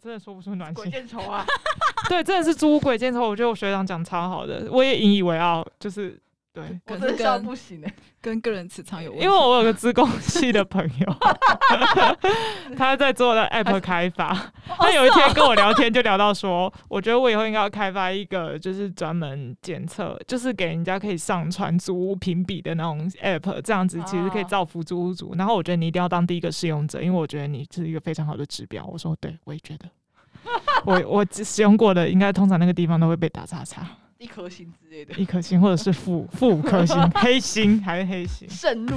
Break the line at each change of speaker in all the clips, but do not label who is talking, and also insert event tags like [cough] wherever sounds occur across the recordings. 真的说不出暖
鬼
心。
见愁
[laughs]
啊！
对，真的是猪鬼见愁。我觉得我学长讲超好的，我也引以为傲。就是对，
我
可
真
是
的笑
跟
不行哎、
跟个人磁场有问题，
因为我有个资工系的朋友，他在做的 app 开发。他有一天跟我聊天，就聊到说， [laughs] 我觉得我以后应该要开发一个，就是专门检测，就是给人家可以上传租屋评比的那种 app，这样子其实可以
哦
造福租屋族。然后我觉得你一定要当第一个试用者，因为我觉得你是一个非常好的指标。我说，对，我也觉得。我我使用过的，应该通常那个地方都会被打叉叉，
一颗心之
[laughs]
类的，
一颗星或者是负负五颗星，黑星还是黑星。
盛怒。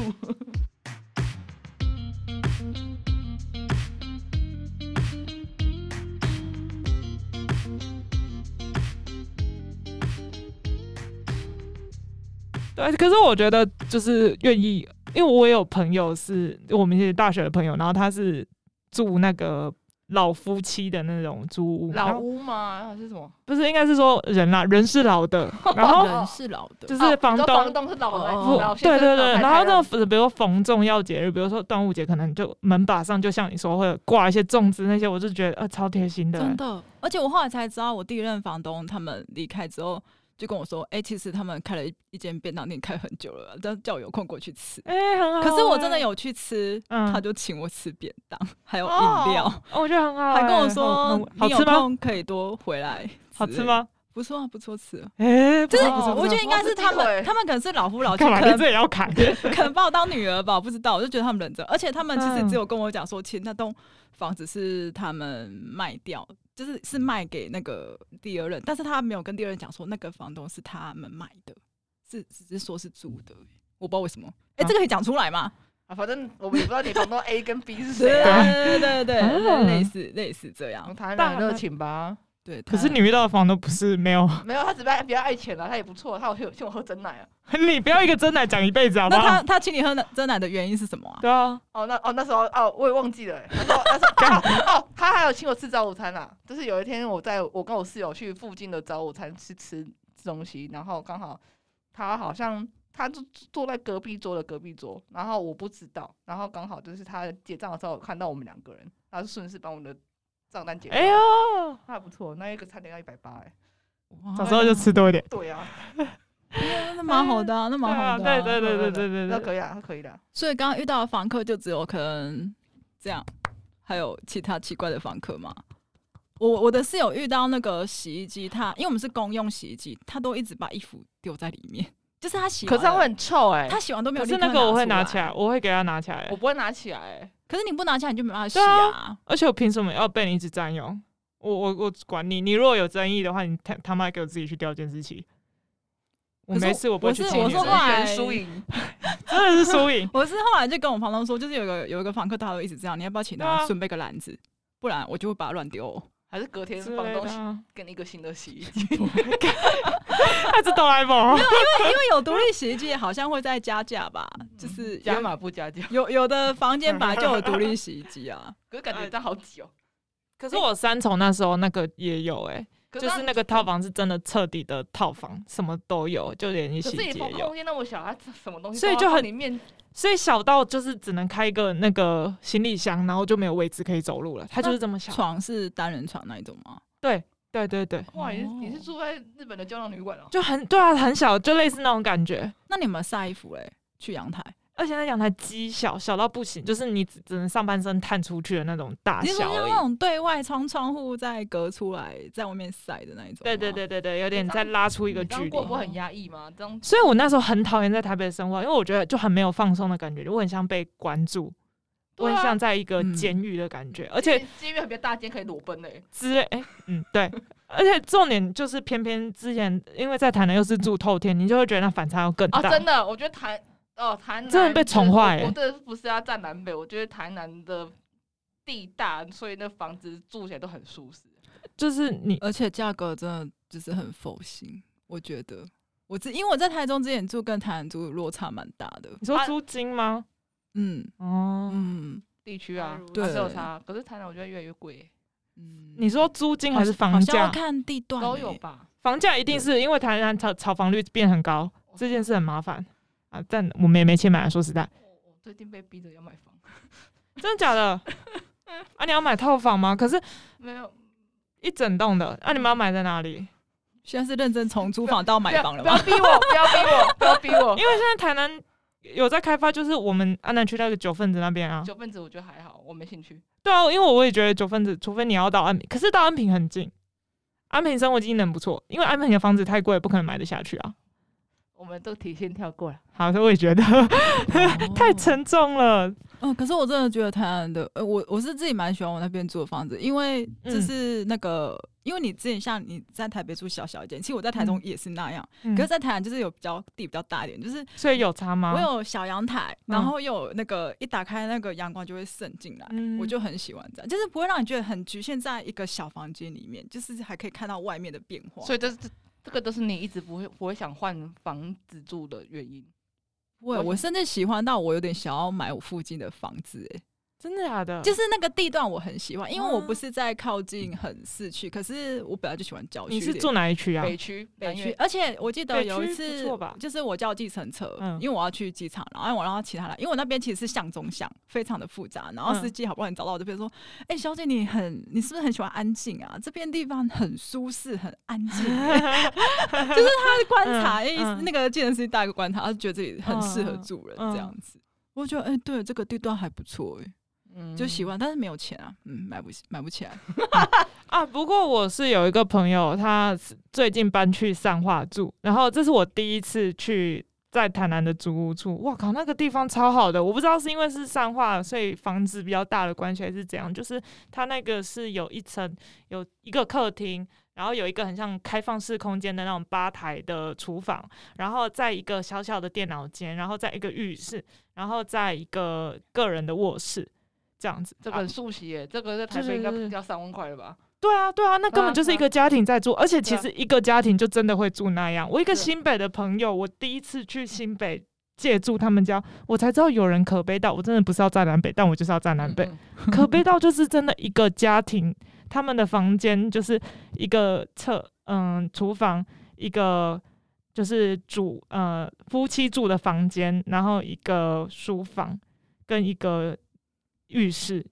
对，可是我觉得就是愿意，因为我也有朋友是我们一些大学的朋友，然后他是住那个老夫妻的那种租屋，然
老
后
屋吗？还是什么？
不是应该是说人啦，人是老的，然后
人是老的，
就
就是房
房东。
哦房东是老来
哦
老先
对对
生
对，
老太太
然后
那
那种比如说逢重要节日，比如说端午节，可能就门把上就像你说会挂一些粽子那些，我就觉得呃超贴心的、
真的。而且我后来才知道，我第一任房东他们离开之后，就跟我说：“哎、其实他们开了一一间便当店，开很久了，但叫我有空过去吃。
哎、很好、
可是我真的，有去吃，
嗯
他就请我吃便当，还有
哦
饮料，
哦我觉得很好、
还跟我
哎
说
很
你
好
有
吃吗？
空可以多回来。”
好吃？吗？
不错啊，不错吃。
哎、不
就是
错不错不
我
错
觉得应该是他
哇这机会
们，他们可能是老夫老妻，
干嘛
可
你这
能
也要砍？
可能把我当女儿吧，我不知道。我就觉得他们忍着，而且他们其实
嗯
只有跟我讲说，其实那栋房子是他们卖掉，就是是卖给那个第二任，但是他没有跟第二任讲说那个房东是他们买的，是只是说是租的，我不知道为什么。哎、
啊
这个可以讲出来吗？
啊，反正我们也不知道你房东 A 跟 B 是谁啊。
对对对对
啊
对，类似类似这
然
样
后。谈谈热情吧， [laughs]
对，
可是
他
你遇到的房东不是没有， [laughs]
没有，他只是比较爱钱啊啦，他也不错，他有请请我喝真奶啊。
你不要一个真奶讲一辈子好不
那
好
他？他请你喝奶真奶的原因是什么啊？
对啊，
哦，那哦那时候哦，我也忘记了欸，那时候
[laughs]
那时候哦哦，他还有请我吃早午餐啦，就是有一天我在我跟我室友去附近的早午餐去吃吃东西，然后刚好他好像他就坐在隔壁桌的隔壁桌，然后我不知道，然后刚好就是他结账的时候看到我们两个人，他就顺势帮我的账单结掉。
哎呦，
那还不错，那一个餐点要一百八哎。
哇
早知道就吃多一点。
对啊，
那蛮好的啊，那
对
蛮
啊，
好的
[laughs]
啊。
对对对对对对对对，
那可以啊，可以的。
所以刚刚遇到的房客就只有可能这样，还有其他奇怪的房客吗？我我的是有遇到那个洗衣机，它因为我们是公用洗衣机，它都一直把衣服丢在里面，就是它洗完
可
了，
是它会很臭
欸
哎、
它洗完都没有
可
立刻
是
出来。
那个我会拿起来，我会给他拿起来
我，不会拿起来、欸。
可是你不拿起来你就没办法洗
对啊
啊
而且我凭什么要被你一直占用？我我我管你，你如果有争议的话，你他他妈给我自己去调监视器。我
可是
没事，
我
我不会去
是
清
我
理
说
的，
话。
人输赢，
真的是输 [laughs] 赢
我是后来就跟我房东说，就是有一个有一个房客，他会一直这样，你要不要请
对
他
啊
准备个篮子，不然我就会把它乱丢哦。
还是隔天
之
房
类
东
的啊，
跟一个新的洗衣机。 [laughs]
他是哆啦 A 梦 [laughs] 哦，
因为有独立洗衣机，好像会再加价吧，就是
加
有
码不加价，
嗯有有的房 [laughs] 间本来就有独立洗衣机啊，
可是感
呃
觉这样好挤哦、
可是我三重那时候那个也有哎、
可
就是那
个，
个套房是真的彻底的套房，什么都有，就连
可
洗
是
衣
你
机
空
也有
空。间那么小，它什么东西
所以
都
就
要
很
放里面
所以小到就是只能开一个那个行李箱，然后就没有位置可以走路了。它就是这么小。
床是单人床那一种吗？
对对对，
哇！你是
哦
你是住在日本的胶囊旅馆哦、
就很对啊，很小，就类似那种感觉。
那你们晒衣服嘞？去阳台？
而且那阳台极小，小到不行，就是你只只能上半身探出去的那种大
你是说
啊小
像
而
那
已。
种对外窗窗户再隔出来，在外面晒的那一种？
对对。对对对，有点再拉出一个
你这
距
样
离。
过不会很压抑吗？这样
所以我那时候很讨厌在台北生活，因为我觉得就很没有放松的感觉，我很像被关注，我很
对啊
像在一个
嗯
监狱的感觉，而且
监狱很比较大间，可以裸奔嘞、欸
之类，哎、
[laughs]
嗯，对。而且重点就是，偏偏之前因为在台南又是住透天，你就会觉得那反差要更
哦
大。
啊！真的，我觉得台哦台南
真的被宠坏欸
我我这不是要站南北，我觉得台南的地大，所以那房子住起来都很舒适。
就是你
而且价格真的就是很佛心，我觉得。我只因为我在台中之前住跟台南住落差蛮大的。
你说
啊
租金吗？
嗯
哦、
嗯
地区啊，
对
还是有差。可是台南我觉得越来越贵，
嗯，
你说租金还是
好
房
像要
价？
看地段、欸，
都有吧？
房价一定是因为台南炒炒房率变很高，
哦
这件事很麻烦啊。但我们也没钱买啊，说实在，
我我最近被逼着要买房，
[laughs]
真的假的？啊，你要买套房吗？可是
没有
一整栋的，啊，你们要买在哪里？
嗯现在是认真从租房到买房了
不要
吧？
不要逼我，不要逼我，不要逼我。
因为现在台南有在开发，就是我们安南区那个九份子那边啊。
九份子我觉得还好，我没兴趣。
对啊，因为我也觉得九份子，除非你要到安平，可是到安平很近，安平生活机能不错，因为安平的房子太贵，不可能买得下去啊。
我们都提前跳过了，
好，所以我也觉得
哦
[laughs] 太沉重了。
嗯，可是我真的觉得台南的，呃，我我是自己蛮喜欢我那边住的房子，因为就
嗯
是那个，因为你之前像你在台北住小小一间，其实我在台中也是那样，
嗯
可是在台南就是有比较地比较大一点，就是
所以有差吗？
我有小阳台，然
嗯
后又有那个一打开那个阳光就会渗进来，
嗯
我就很喜欢这样，就是不会让你觉得很局限在一个小房间里面，就是还可以看到外面的变化。
所以这这这个都是你一直不会不会想换房子住的原因。
不会，我甚至喜欢到我有点想要买我附近的房子、欸，
真的假的？
就是那个地段我很喜欢，因为我
嗯
不是在靠近很市区，可是我本来就喜欢郊区一
你
点。
是住哪一区啊？
北区，
北
南
区
苑，，
而且我记得
北
有一
区不
次
错吧，
就是我叫计程车，
嗯
因为我要去机场，然后我让他骑他来，因为我那边其实是巷中巷，非常的复杂。然后
嗯
司机好不容易找到我这边说：“哎、小姐，你很，你是不是很喜欢安静啊？这边地方很舒适，很安静、欸
[laughs]
就是他在观察，
嗯
因为
嗯
那个计程司机大哥观察，他就觉得自己很适合
嗯嗯
住人
嗯
这样子。我觉得，哎、对，这个地段还不错、哎，
嗯
就喜欢，但是没有钱啊，嗯，买不起，买不起来。
啊，不过我是有一个朋友，他是最近搬去善化住，然后这是我第一次去在台南的租屋处，哇靠，那个地方超好的，我不知道是因为是善化，所以房子比较大的关系还是怎样，就是它那个是有一层有一个客厅。然后有一个很像开放式空间的那种吧台的厨房，然后在一个小小的电脑间，然后在一个浴室，然后在一个个人的卧室，这样子。
这个很熟悉耶，这个在台北应该不要三万块了吧？
对啊，对啊，那根
对啊
本就是
对啊
一个家庭在住，而且其
对啊
实一个家庭就真的会住那样。我一个
对啊
新北的朋友，我第一次去新北借住他们家，我才知道有人可悲到，我真的不是要站南北，但我就是要站南北。
嗯，
[laughs] 可悲到就是真的一个家庭，他们的房间就是一个厕，嗯，厨房一个。就是主呃夫妻住的房间，然后一个书房跟一个浴室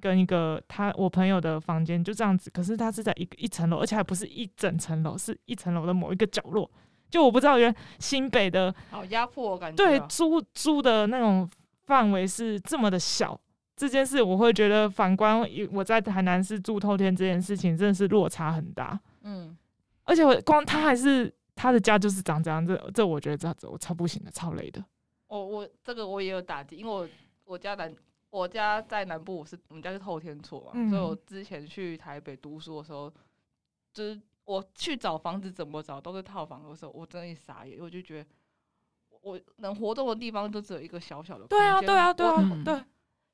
跟一个他我朋友的房间就这样子。可是他是在一个一层楼，而且还不是一整层楼，是一层楼的某一个角落。就我不知道原来新北的
嗯好压迫哦感觉
对
啊。
租租的那种范围是这么的小，这件事我会觉得反观以我在台南市住透天这件事情，真的是落差很大。
嗯，
而且我光他还是他的家就是长这样，这这我觉得这我超不行的，超累的。
我哦我这个我也有打击，因为我我家南我家在南部，我是我们家是后天厝嘛，
嗯
所以我之前去台北读书的时候，就是我去找房子怎么找都是套房的时候，我真的一傻眼，我就觉得我能活动的地方都只有一个小小的
对啊，
空间
对啊，对
我
啊
嗯，
对。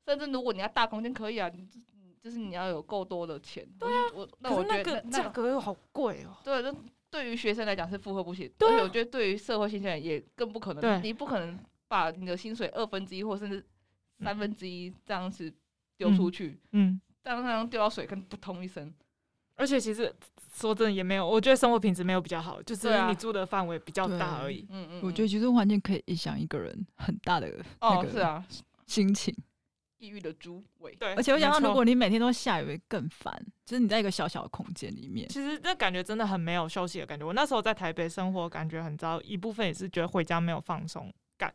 甚至如果你要大空间可以啊，你就就是你要有够多的钱。对啊，我那
可
我
是
觉
那
得
个
那
价格又好贵哦。
对，那对于学生来讲是负荷不起，
对
而且
啊
我觉得对于社会新鲜人也更不可
对
能，你不可能把你的薪水二分之一或甚至三分之一这样子丢出去，
嗯，
这样这样丢到水跟扑通一声。
而且其实说真的也没有，我觉得生活品质没有比较好，就只
对
是
啊
你住的范围比较大
对
而已。
嗯嗯，
我觉
得
得居住环境可以影响一个人很大的
[laughs]
那
哦是
个
啊，
心情。
抑郁的猪尾。
对，
而且我想
没
到，如
错
果你每天都下雨，会更烦。就是你在一个小小的空间里面，
其实那感觉真的很没有休息的感觉。我那时候在台北生活，感觉很糟，一部分也是觉得回家没有放松感。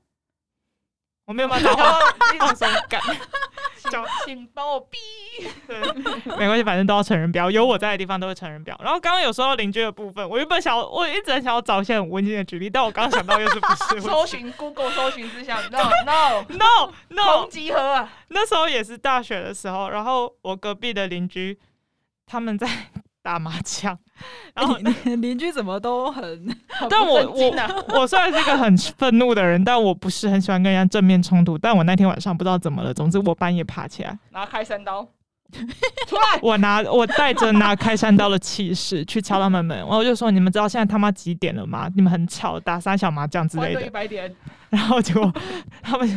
我没有办法讲话放松感，
请
讲
请帮我逼。
对，没关系，反正都要成人表，有我在的地方都会成人表。然后刚刚有说到邻居的部分，我原本想我一直很想要找一些很温馨的举例，但我刚刚想到又是不是
搜寻 Google 搜寻之下，no no，
？No [laughs] No，
同集合啊！
那时候也是大学的时候，然后我隔壁的邻居他们在 [laughs] 打麻将，然后
你你 [laughs] 邻居怎么都很……
[laughs] 但我
很不正经啊
[laughs] 我我虽然是一个很愤怒的人，但我不是很喜欢跟人家正面冲突。但我那天晚上不知道怎么了，总之我半夜爬起来，
拿开山
[laughs]
刀出来，
我拿我带着拿开山刀的气势去敲他们门，然后我就说：“你们知道现在他妈几点了吗？你们很吵，打三小麻将之
关
类
哦
对一
的。
百点。”
然后结果 [laughs] 他们就，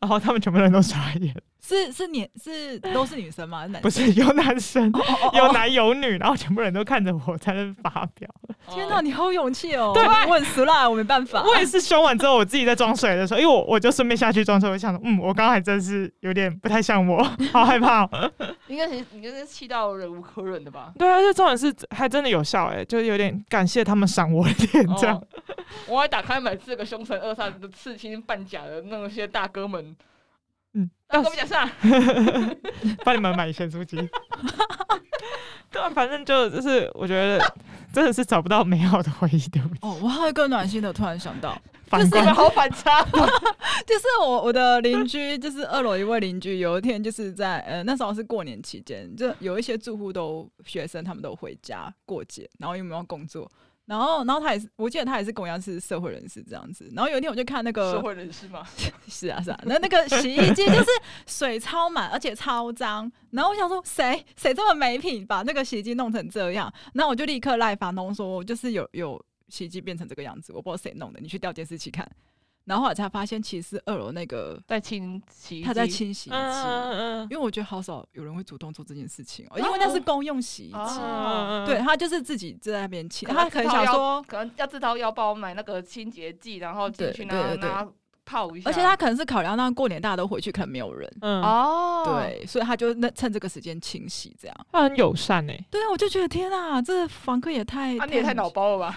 然后他们全部人都傻眼，
是是你是都是女生吗？还是男
不
生？
是有男生
哦哦哦
有男有女，然后全部人都看着我在那发表。
天
哦
哪，你好有勇气哦！
对
我很俗辣，我没办法。
我也是凶完之后，我自己在装水的时候，因为我我就顺便下去装水，我想说，嗯，我刚刚还真是有点不太像我，好害怕、哦。
应该是你应该是气到忍无可忍的吧？
对啊，而且重点是还真的有效哎、就是有点感谢他们赏我脸这样。
哦 [laughs] 我还打开买这个凶神恶煞的刺青半甲的那些大哥们，
嗯，
大
到
哥们讲上，
帮你们买咸
[laughs]
酥鸡。对啊，反正就就是我觉得真的是找不到美好的回忆，
[laughs]
对不对？
哦，我还有一个暖心的，突然想到，
反
你
观
们好反
[laughs]
差。
就是我我的邻居， [laughs] 就是二楼一位邻居，有一天就是在呃那时候是过年期间，就有一些住户都学生，他们都回家过节，然后又没有工作，然后然后他也是，我记得他也是跟我一样是社会人士这样子，然后有一天我就看那个
社会人士嘛，
[laughs] 是啊是啊，那那个洗衣机就是水超满，而且超脏。然后我想说，谁谁这么没品，把那个洗衣机弄成这样？然后我就立刻赖房东说，我就是有有洗衣机变成这个样子，我不知道谁弄的，你去调监视器看。然后后来才发现，其实是二楼那个
在清洗，
他在，清洗衣机，
嗯
因为我觉得好少有人会主动做这件事情、哦，因为那是公用洗
嗯
衣机。
哦
对，他就是自己在那边清，
可能
他可能想说，
可能要自掏腰包买那个清洁剂，然后进
对
去
对
拿
对对
拿泡一下，
而且他可能是考量到过年大家都回去，可能没有人，
嗯，
哦，，
对，所以他就那趁这个时间清洗这样。
他很友善哎、
对啊，我就觉得天啊，这房客也太……
啊，你也太脑包了吧？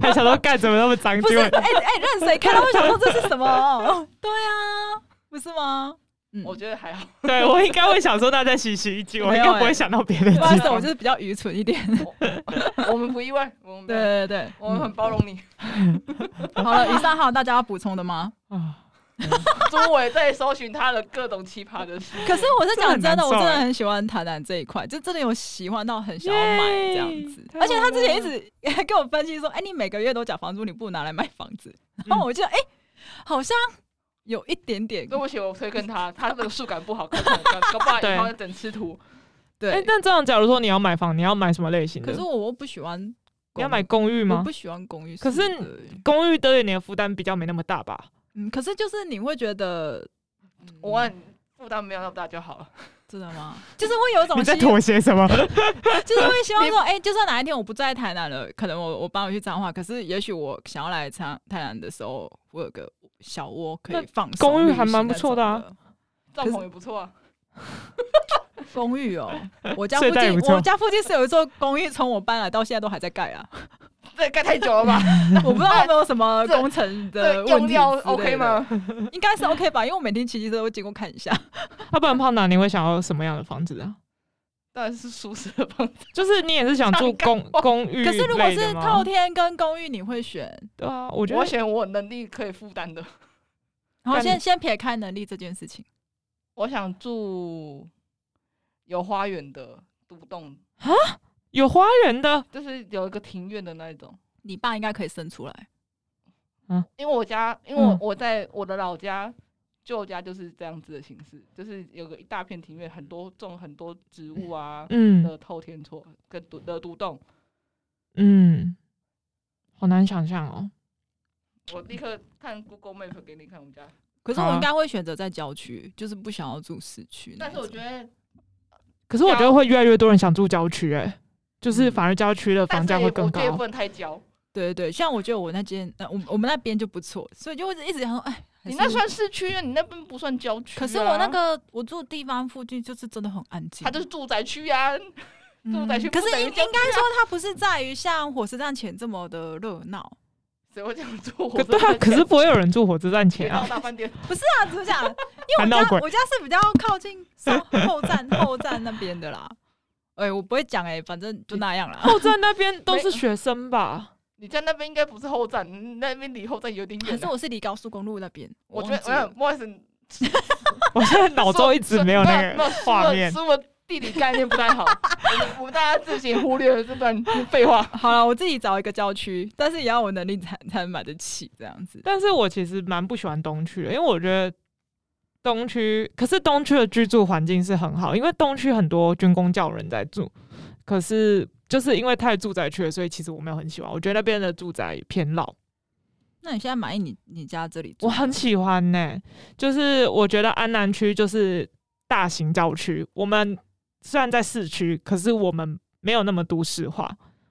还想说干怎么那么脏，
不是？
结
哎
果
哎、让谁看到会想说这是什
[laughs]
么？对啊，不是吗？嗯，
我觉得还好，
对我应该会想说他在洗洗衣机，我应
没有
该
欸
不会想到别的地
不好意思，
方
我就是比较愚蠢一点。
我们不意外，我们
[laughs] 对对对，
我们很包容你。
嗯好了。以上还有大家要补充的吗？
啊。
[laughs] 朱伟在搜寻他的各种奇葩的事，
可是我是讲真
这很
的，
难
我
受
真的
欸
很喜欢台南这一块，就真的有喜欢到很想要买这样子。
耶
而且他之前一直跟我分析说，哎、你每个月都缴房租，你不拿来买房子，然后我就哎、好像有一点点
嗯
对不起，我推坑他，他这个树感不好，搞搞搞不好以后要整吃土。
对。
哎、那这样假如说你要买房，你要买什么类型的？
可是我我不喜欢，
你要买公寓吗
我不？喜欢公寓式
可
的。
是公寓对你的负担比较没那么大吧？
嗯，可是就是你会觉得，嗯
我问负担没有那么大就好了。
真的吗？ [laughs] 就是会有一种
你在
希
妥协什么？
就是会
[laughs]
希望说，哎、就算哪一天我不在台南了，可能我我搬回去彰化，可是也许我想要来彰台南的时候，我有个小窝可以
那
放松
公寓
旅行
还蛮不错的啊
那种的。
帐
是
篷也不错啊，
公
[laughs]
寓哦，我家
睡
附
袋也
近
不错
我家附近是有一座公寓，从我搬来到现在都还在盖
[laughs]
啊，
这盖太久了吧？
我不知道有没有什么工程的
这
问
用
题
料
之类的
OK？吗？
应该是 OK 吧，因为我每天骑机车都会经过看一下。
要不然胖达，你会想要什么样的房子啊？
当然是舒适的房子，
就是你也是想住公
上纲
公寓
可是如果
类
是
的
透
吗？
天跟公寓，你会选？
对啊，我觉
我
得
选我能力可以负担的。
然后
但
先先撇开能力这件事情，
我想住有花园的独栋，
有花园的，
就是有一个庭院的那一种。
你爸应该可以生出来。
因为我家，因为我
嗯
我在我的老家舅家就是这样子的形式，就是有个一大片庭院，很多种很多植物啊
嗯
的透天厝跟独的独栋。
嗯，好难想象哦。
我立刻看 Google Map 给你看我们家，
可是
好
我
啊
应该会选择在郊区，就是不想要住市区那
但
种。
是我觉得
可是我觉得会越来越多人想住郊区，哎，就是
嗯
反而郊区的
但
房
是
价
也
会更
我觉得也
高
不。能太焦。
对对对，像我觉得我那间，呃，我们我们那边就不错，所以就一直想说，哎，还
你
是
那算市区啊，你那边不算郊区啊、
可是我那个我住地方附近就是真的很安静，
它就是住宅区啊，住
嗯
宅区
可
不
是
等于
应应
郊区啊
该说它不是在于像火车站前这么的热闹，
[laughs]
谁会这样住？
可对啊，可是不会有人住火车站前
到
啊，
大饭店，
不是啊，怎么讲？因为我
看到
家
鬼
我家是比较靠近
[laughs]
稍后站后站那边的啦。哎、我不会讲哎、反正就那样啦。
[laughs] 后站那边都是学生吧？
你在那边应该不是后站，你那边离后站有点
可
远
是
啊、
我是离高速公路那边，
我觉
忘
得，我
记
想
了，
不好意思，
[laughs] 我现在脑中一直没有那
没
个
有苏
画
文
面。
苏文地理概念不太好，我们我们大家自行忽略了这段废话。
好了，我自己找一个郊区，但是也要我能力才才买得起这样子。
但是我其实蛮不喜欢东区的，因为我觉得东区，可是东区的居住环境是很好，因为东区很多军工教人在住，可是就是因为太住宅区了，所以其实我没有很喜欢，我觉得那边的住宅偏老。
那你现在满意你你家这里住
我
吗？
很喜欢呢、就是我觉得安南区就是大型郊区，我们虽然在市区，可是我们没有那么都市化。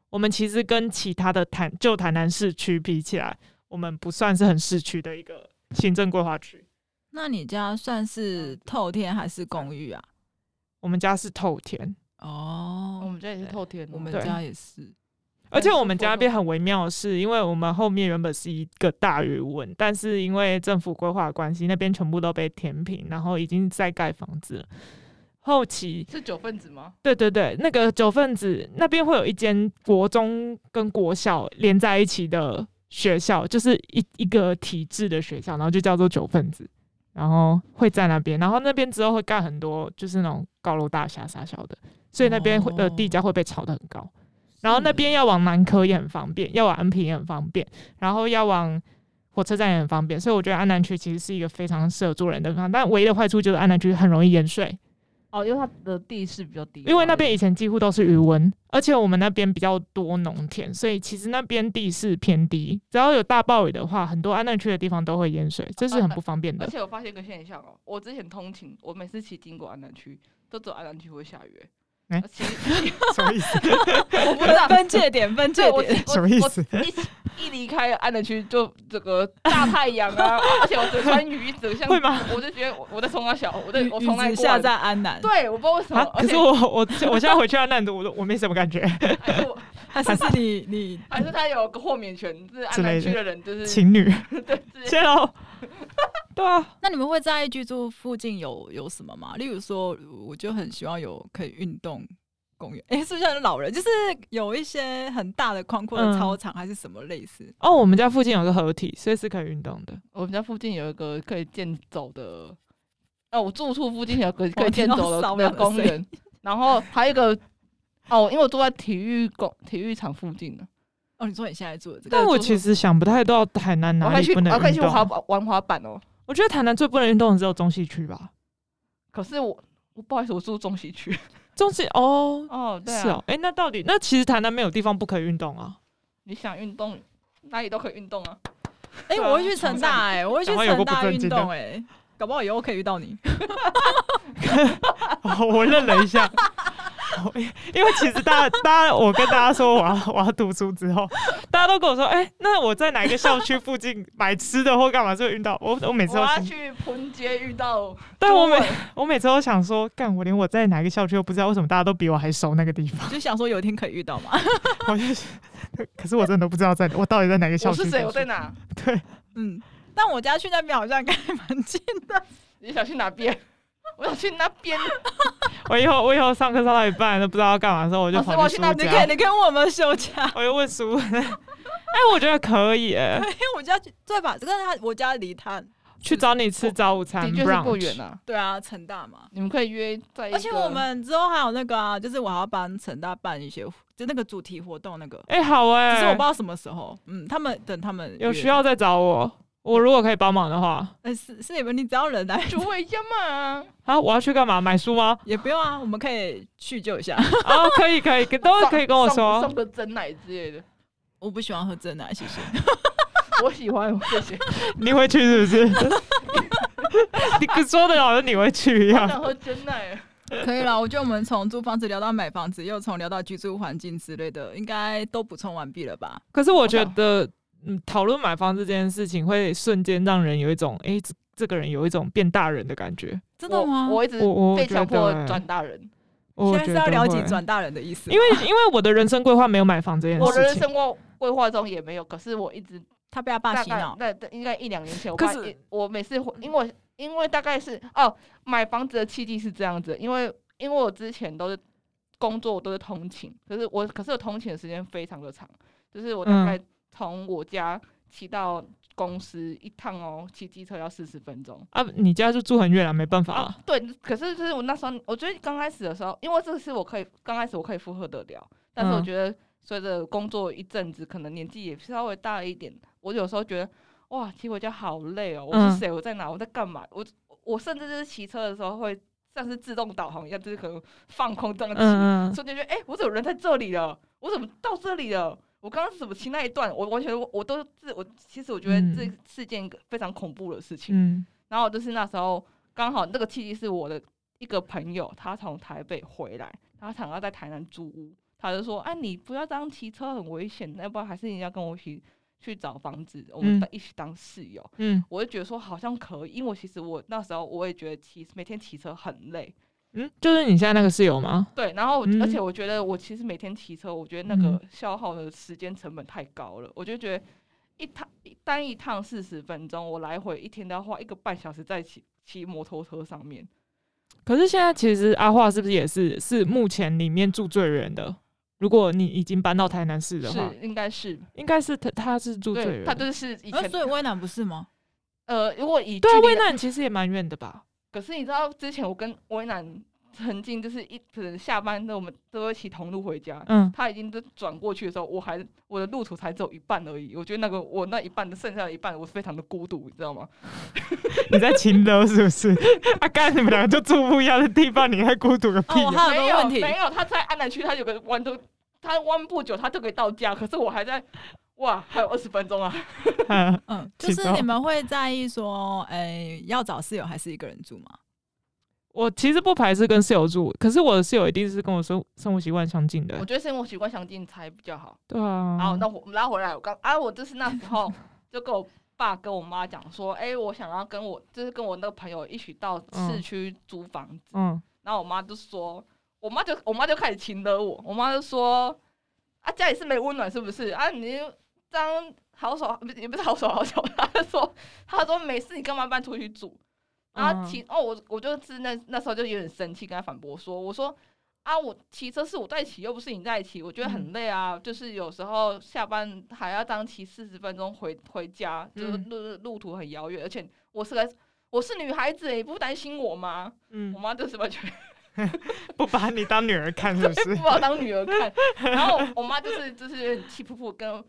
我们其实跟其他的台旧台南市区比起来，我们不算是很市区的一个行政规划区。
那你家算是透天还是公寓啊？
我们家是透天，
我
哦，
们家也是
对
透天啊，
我们
对
家也是。
而且
但是
我们家
活
那
动
边很微妙的是，因为我们后面原本是一个大鱼文，但是因为政府规划的关系，那边全部都被填平，然后已经在盖房子了。后期
是九分子吗？
对对对，那个九份子那边会有一间国中跟国小连在一起的学校，就是一一个体制的学校，然后就叫做九份子，然后会在那边，然后那边之后会盖很多就是那种高楼大厦啥小的，所以那边会的
哦
地价会被炒得很高。然后那边
要
要往南科也很方便，要往安平也很方便，然后要往火车站也很方便，所以我觉得安南区其实是一个非常适合住人的地方。但唯一的坏处就是安南区很容易淹水，
哦，因为它的地势比较低，
因为那边以前几乎都是余温，而且我们那边比较多农田，所以其实那边地势偏低。只要有大暴雨的话，很多安南区的地方都会淹水，这是很不方便
而
的。
且我发现一个现象哦，我之前通勤，我每次骑经过安南区，都走安南区会下雨、欸。
哎
我骑，
[laughs]
我
[laughs] 什么意思？
不知道，
分界点，分界
对我
点。
我
什么意思
我一起一离开安南区，就这个大太阳啊，而且我只穿雨衣，整个像
会吗？
我就觉得我我在冲他小，我在我
雨
从那
子
里过
下
来。
在安南，
对，我不知道为什
[laughs]
么
啊，，可
而
是
且
我我我现在回去安南的，我都我没什么
[laughs]
感觉，
还是我
还是是你你
还是他有个豁免权，就是安
之
南
类
区
的
的人就是
情侣，
对，直接
谢
[laughs]
喽。对啊，
那你们会在意居住附近有有什么吗？例如说，我就很希望有可以运动公园，诶，是不是像老人？就是有一些很大的宽阔的
嗯
操场，还是什么类似？
哦，我们家附近有个合体，所以是可以运动的。
我们家附近有一个可以健走的，啊，我住处附近有个可
我
以
听
健
到
走
骚
的的
扰的
公
声
园，然后还有一个哦，因为我住在体育公体育场附近呢，
哦，你说你现在住的这个，
但我
住宿
其实想不太到台南
我
哪
可以
里
去，
不能
我可以
运
去滑
动。
板玩滑板哦。
我觉得台南最不能运动的只有中西区吧。
可是我我不好意思，我住中西区
中西哦，
哦，对
是
啊
哦，，哎、那到底那其实台南没有地方不可以运动啊？
你想运动哪里都可以运动啊，
诶，我会去成大、诶，我会去
啊讲话有
成
够不
大
正
运
经的
动、诶，搞不好以后可以遇到你。 [laughs]
[laughs] 哦我愣了一下， [laughs] 哦因因为其实大家大家，我跟大家说我要我要读书之后，大家都跟我说，哎、那我在哪一个校区附近买吃的或干嘛就会遇到 [laughs] 我，我每次
我
都
要
想，
去盆街遇到，
但我每
每
我每次都想说，干我连我在哪一个校区都不知道，为什么大家都比我还熟那个地方？ [laughs]
就想说有一天可以遇到嘛。
我就是，可是我真的不知道在我到底在哪个校
[laughs] 我
区。
是谁，我在？哪，
对，
嗯，但我家去那边好像应该 [laughs] 蛮近的。
你想去哪边？我想去那
[laughs]
边，
我以后我以后上课上到一半都不知道要干嘛的时候，我就
老师我
跑
要
去
去
书
那
家，
我
你可以，你可以问我们休假，
我就问书。 [laughs] 哎、我觉得可以、哎。
因为我家最吧，这个他我家离他
去找你吃早午餐
的确是
brunch，
不远啊。
对啊成大嘛。
你们可以约在一个，
而且我们之后还有那个啊，就是我还要帮成大办一些，就那个主题活动那个，
哎、好哎、
只是我不知道什么时候。嗯，他们等他们
有
约
需，要再找我。我如果可以帮忙的话，
呃，是是你们，你只要人来？
主 [laughs] 委家嘛。
啊，我要去干嘛？买书吗
也不用啊，我们可以叙旧一下。
啊，可以可以，都可以跟我
送
说
送。个真奶之类的，
我不喜欢喝真奶，谢谢。
我喜欢谢谢。
你会去是不是？ [laughs] 你说的好像你会去一
我
[laughs] 样。
想喝真奶，
[laughs] 可以啦，我觉得我们从租房子聊到买房子，又从聊到居住环境之类的，应该都补充完毕了吧？
可是我觉得，嗯，讨论买房这件事情会瞬间让人有一种，哎、这这个人有一种变大人的感觉。
真的吗？
我我一直
我我
嗯被强迫
觉得哎
转大人，
我
现在
觉
是
得
要了解
会
转大人的意思吗，
因为因为我的人生规划没有买房这件
我的
事
人
情。
生活规划中也没有，可是我一直
他被他爸
大
洗
概
脑，
那那应该一两年前，我
可
爸
是
一我每次回因为我因为大概是哦买房子的契机是这样子，因为因为我之前都是工作，我都是通勤，可是我可是我通勤的时间非常的长，就是我大
嗯
概从我家骑到公司一趟哦，骑机车要四十分钟。
啊，你家就住很远了，没办法啊。
啊，对，可是就是我那时候，我觉得刚开始的时候，因为这个是我可以刚开始我可以负荷得了，但是我
嗯
觉得随着工作一阵子，可能年纪也稍微大了一点，我有时候觉得哇，骑回家好累哦，我是
嗯
谁？我在哪？我在干嘛？我我甚至就是骑车的时候会像是自动导航一样，就是可能放空这样骑，
嗯嗯。
瞬间觉得哎、诶我怎么人在这里了？我怎么到这里了？我刚刚是怎么听那一段？我完全我都是我，其实我觉得
嗯
这是件非常恐怖的事情。
嗯
然后就是那时候刚好那个契机是我的一个朋友，他从台北回来，他想要在台南租屋，他就说：“啊，你不要这样骑车很危险，要不然还是你要跟我一起去找房子，我们
嗯
当一起当室友。
嗯
我就觉得说好像可以，因为我其实我那时候我也觉得骑每天骑车很累，
嗯，就是你现在那个室友吗？
对，然后、
嗯
而且我觉得我其实每天骑车，我觉得那个
嗯
消耗的时间成本太高了，我就觉得一趟一单一趟四十分钟，我来回一天都要花一个半小时在骑骑摩托车上面。
可是现在其实阿华是不是也是是目前里面住最远的？如果你已经搬到台南市的话，
是，应该是，
应该是他他是住最
对，
远
他
的。
就是以
呃，
前，
所以威南不是吗？
呃，如果以
对啊，
距离
魏南其实也蛮远的吧？
可是你知道之前我跟威南曾经就是一可能下班都我们都会骑同路回家，
嗯，
他已经都转过去的时候，我还我的路途才走一半而已，我觉得那个我那一半的剩下的一半，我非常的孤独，你知道吗？
你在秦楼是不是？ [laughs] 啊，干你们两个就住不一样的地方，你还孤独个屁、
哦，我
啊！
还有
没有
个问题，
没有，他在安南区，他有个弯都，他弯不久他就可以到家，可是我还在，哇，还有二十分钟啊！
嗯
嗯，就
请
是
说
你们会在意说，哎、要找室友还是一个人住吗？
我其实不排斥跟室友住，可是我的室友一定是跟我生生活习惯相近
我
的。
觉得生活习惯相近才比较好。
对啊，
好，那我我们拉回来，我刚啊，我就是那时候就跟我爸跟我妈讲说，哎、我想要跟我就是跟我那个朋友一起到市
嗯
区租房子，
嗯，
然后我妈就说，我妈就我妈就开始亲了我，我妈就说，啊，家里是没温暖是不是？啊，你这样好手不是也不是好手好脚，她就说，她说没事，你干嘛搬出去住？然
嗯
后骑、哦，我我就是那那时候就有点生气，跟她反驳说，我说。啊，我骑车是我在骑，又不是你在骑，我觉得
嗯
很累啊。就是有时候下班还要当骑四十分钟回回家，就是
嗯
路路途很遥远，而且我是个我是女孩子，你不担心我吗？我
嗯，
妈就是完全
[laughs] 不把你当女儿看是不
不
是？
把我当女儿看。然后我妈就是就是有点气噗噗跟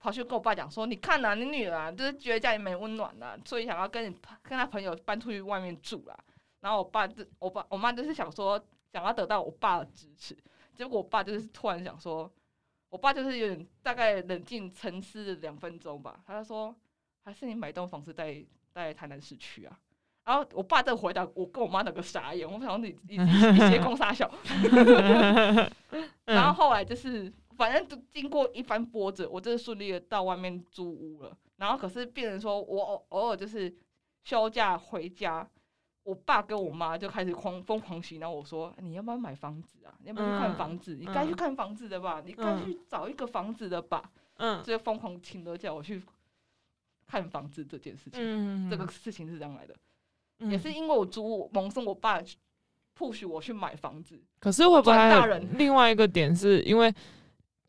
跑去跟我爸讲说，你看呐、你女儿、啊、就是觉得家里没温暖呐、所以想要跟你跟她朋友搬出去外面住啦、然后我爸就我爸我妈就是想说想要得到我爸的支持，结果我爸就是突然想说，我爸就是有点大概冷静沉思了两分钟吧，他就说还是你买一栋房子在在台南市区啊。然后我爸这个回答，我跟我妈那个傻眼，我想说你你你你结公傻小， [laughs] 然后
嗯
后来就是，反正就经过一番波折，我就是顺利的到外面租屋了。然后可是变成说我偶偶尔就是休假回家，我爸跟我妈就开始狂疯狂洗脑我说：“你要不要买房子啊？你要不要去看
嗯
房子？你该去
嗯
看房子的吧？你该
嗯
去找一个房子的吧？”
嗯
就疯狂请了叫我去看房子这件事情。
嗯
这个事情是这样来的，
嗯
也是因为我租屋萌生我爸 push 我去买房子，
可是会不会还有
转大人
另外一个点是因为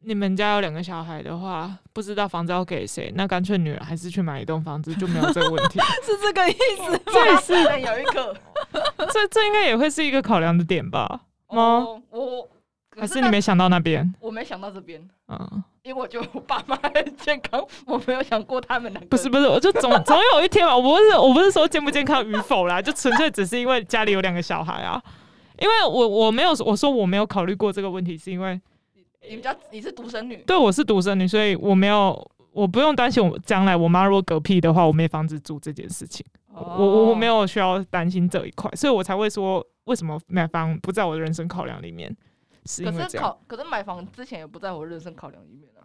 你们家有两个小孩的话，不知道房子要给谁，那干脆女儿还是去买一栋房子就没有这个
[laughs]
问题。
是这个意思？
这也是
是有一个。
这这应该也会是一个考量的点吧？吗？
哦，我我可
还是
那
你没想到那边？
我没想到这边，
嗯，
因为我觉得我爸妈很健康，我没有想过他们两个
不是不是，我就总总有一天吧。我不是我不是说健不健康与否啦，就纯粹只是因为家里有两个小孩啊。因为我我没有我说我没有考虑过这个问题，是因为
你比较你是独生女，
对我是独生女，所以我没有我不用担心我将来我妈如果嗝屁的话，我没房子住这件事情。我我我没
有
哦
有需要担心这一块，所以我才会说为什么买房不在我的人生考量里面，是因为
可
这
是
样。
考可是买房之前也不在我人生考量里面啊。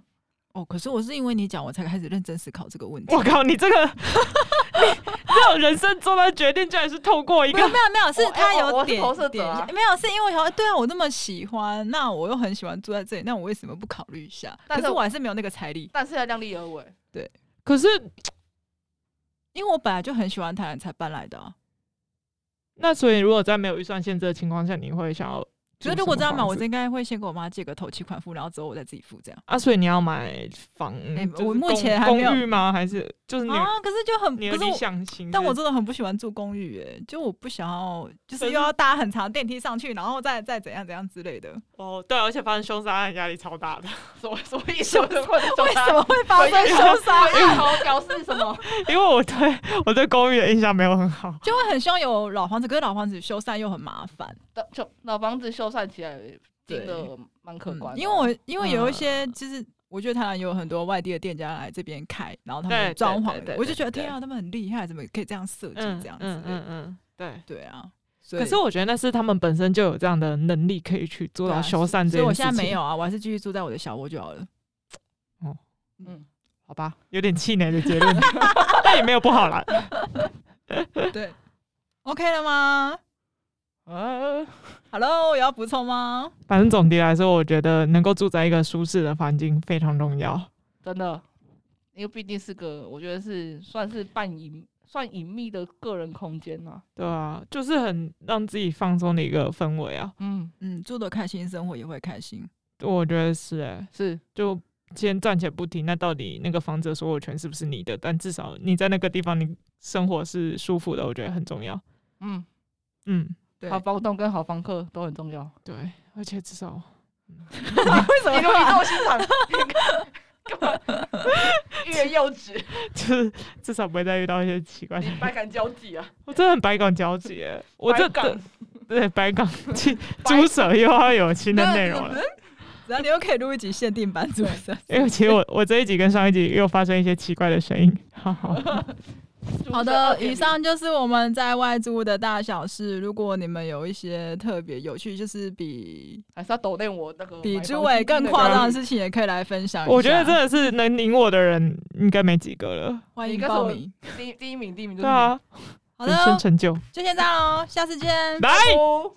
哦，可是我是因为你讲，我才开始认真思考这个问题。
我靠，你这个你这种人生重大决定，居然是透过一
没有 [laughs]
个
没有没有，是
我
他
哎我
有
我是
点
投射者
点
啊
没有，是因为我想说对啊，我那么喜欢，那我又很喜欢住在这里，那我为什么不考虑一下？
但
可
是
是我
我
还是没有那个财力，
但是要量力而为，
可是
因为我本来就很喜欢台南才搬来的、啊。
那所以如果在没有预算限制的情况下，你会想要租什
觉
么房子？
得如果这样买，我应该会先给我妈借个头期款付，然后之后我再自己付这样。
啊，所以你要买房，
哎
就是
我目
公
前还
公
没有
寓吗？还是就是你、
啊，可是就很，
你
可
的
是
理
我
想型？
但我真的很不喜欢住公寓、欸，就我不想要，就是
可
又
是
要搭很长电梯上去，然后再再怎样怎样之
[laughs]
类的。
哦，对啊、而且发生凶杀案压力超大的。
所所以说为
为什么会发生
我
凶杀案？
好屌是什么？
[laughs] 因为我对我对公寓的印象没有很好。
就会很希望有老房子，可是老房子修缮又很麻烦，
老就老房子修缮起来真的蛮可
嗯
观
啊嗯
的，
因为我因为有一些就是我觉得台湾有很多外地的店家来这边开，然后他们
对
装潢
对对
的，
对
我就觉得
对
天啊，他们很厉害，怎么可以这样设计
嗯
这样
嗯
子？
嗯嗯，对。
对啊，所以
可是我觉得那是他们本身就有这样的能力可以去做
对啊
到修缮这件事
所以
情。
我现在没有，啊，我还是继续住在我的小窝就好了。 [laughs]
嗯，
好吧，有点气馁的结论， [laughs] 但也没有不好啦。
对，OK 了吗
呃，
？Hello，有要补充吗？
反正总体来说，我觉得能够住在一个舒适的环境非常重要。
真的，因为毕竟是个，我觉得是算是半隐算隐秘的个人空间啊。
对啊，就是很让自己放松的一个氛围啊。
嗯，
嗯，住的开心，生活也会开心。
我觉得是、欸，
是
就先暂且不提，那到底那个房子的所有权是不是你的？但至少你在那个地方，你生活是舒服的，我觉得很重要。
嗯，
嗯，
对，
好房东跟好房客都很重 [laughs] 要。
对，而且至少 [laughs]
为什
你
突
如果
然
这么欣 [laughs] 赏， [laughs] 欲言又止， [laughs]
就是至少不会再遇到一些奇怪的
你
人。
百感交集啊！
我真的很百感交集、欸，我这
百感
对百
[laughs]
感猪舍又要有新
啊
的内容了。
只要你又可以录一集限定版主持人。
因为其实我我这一集跟上一集又发生一些奇怪的声音，好好，
好的，以上就是我们在外租的大小事。如果你们有一些特别有趣，就是比
还是要抖内我那个
比
买
朱
房
伟
基金
更
那个
夸张的事情，也可以来分享一下。
我觉得真的是能赢我的人应该没几个了，
欢
你
迎
告诉
报
我
名。
第一第一名，第一名就
对
是你。
啊，
好
人生
的，
成就，
就先这样喽，下次见。
来。
哦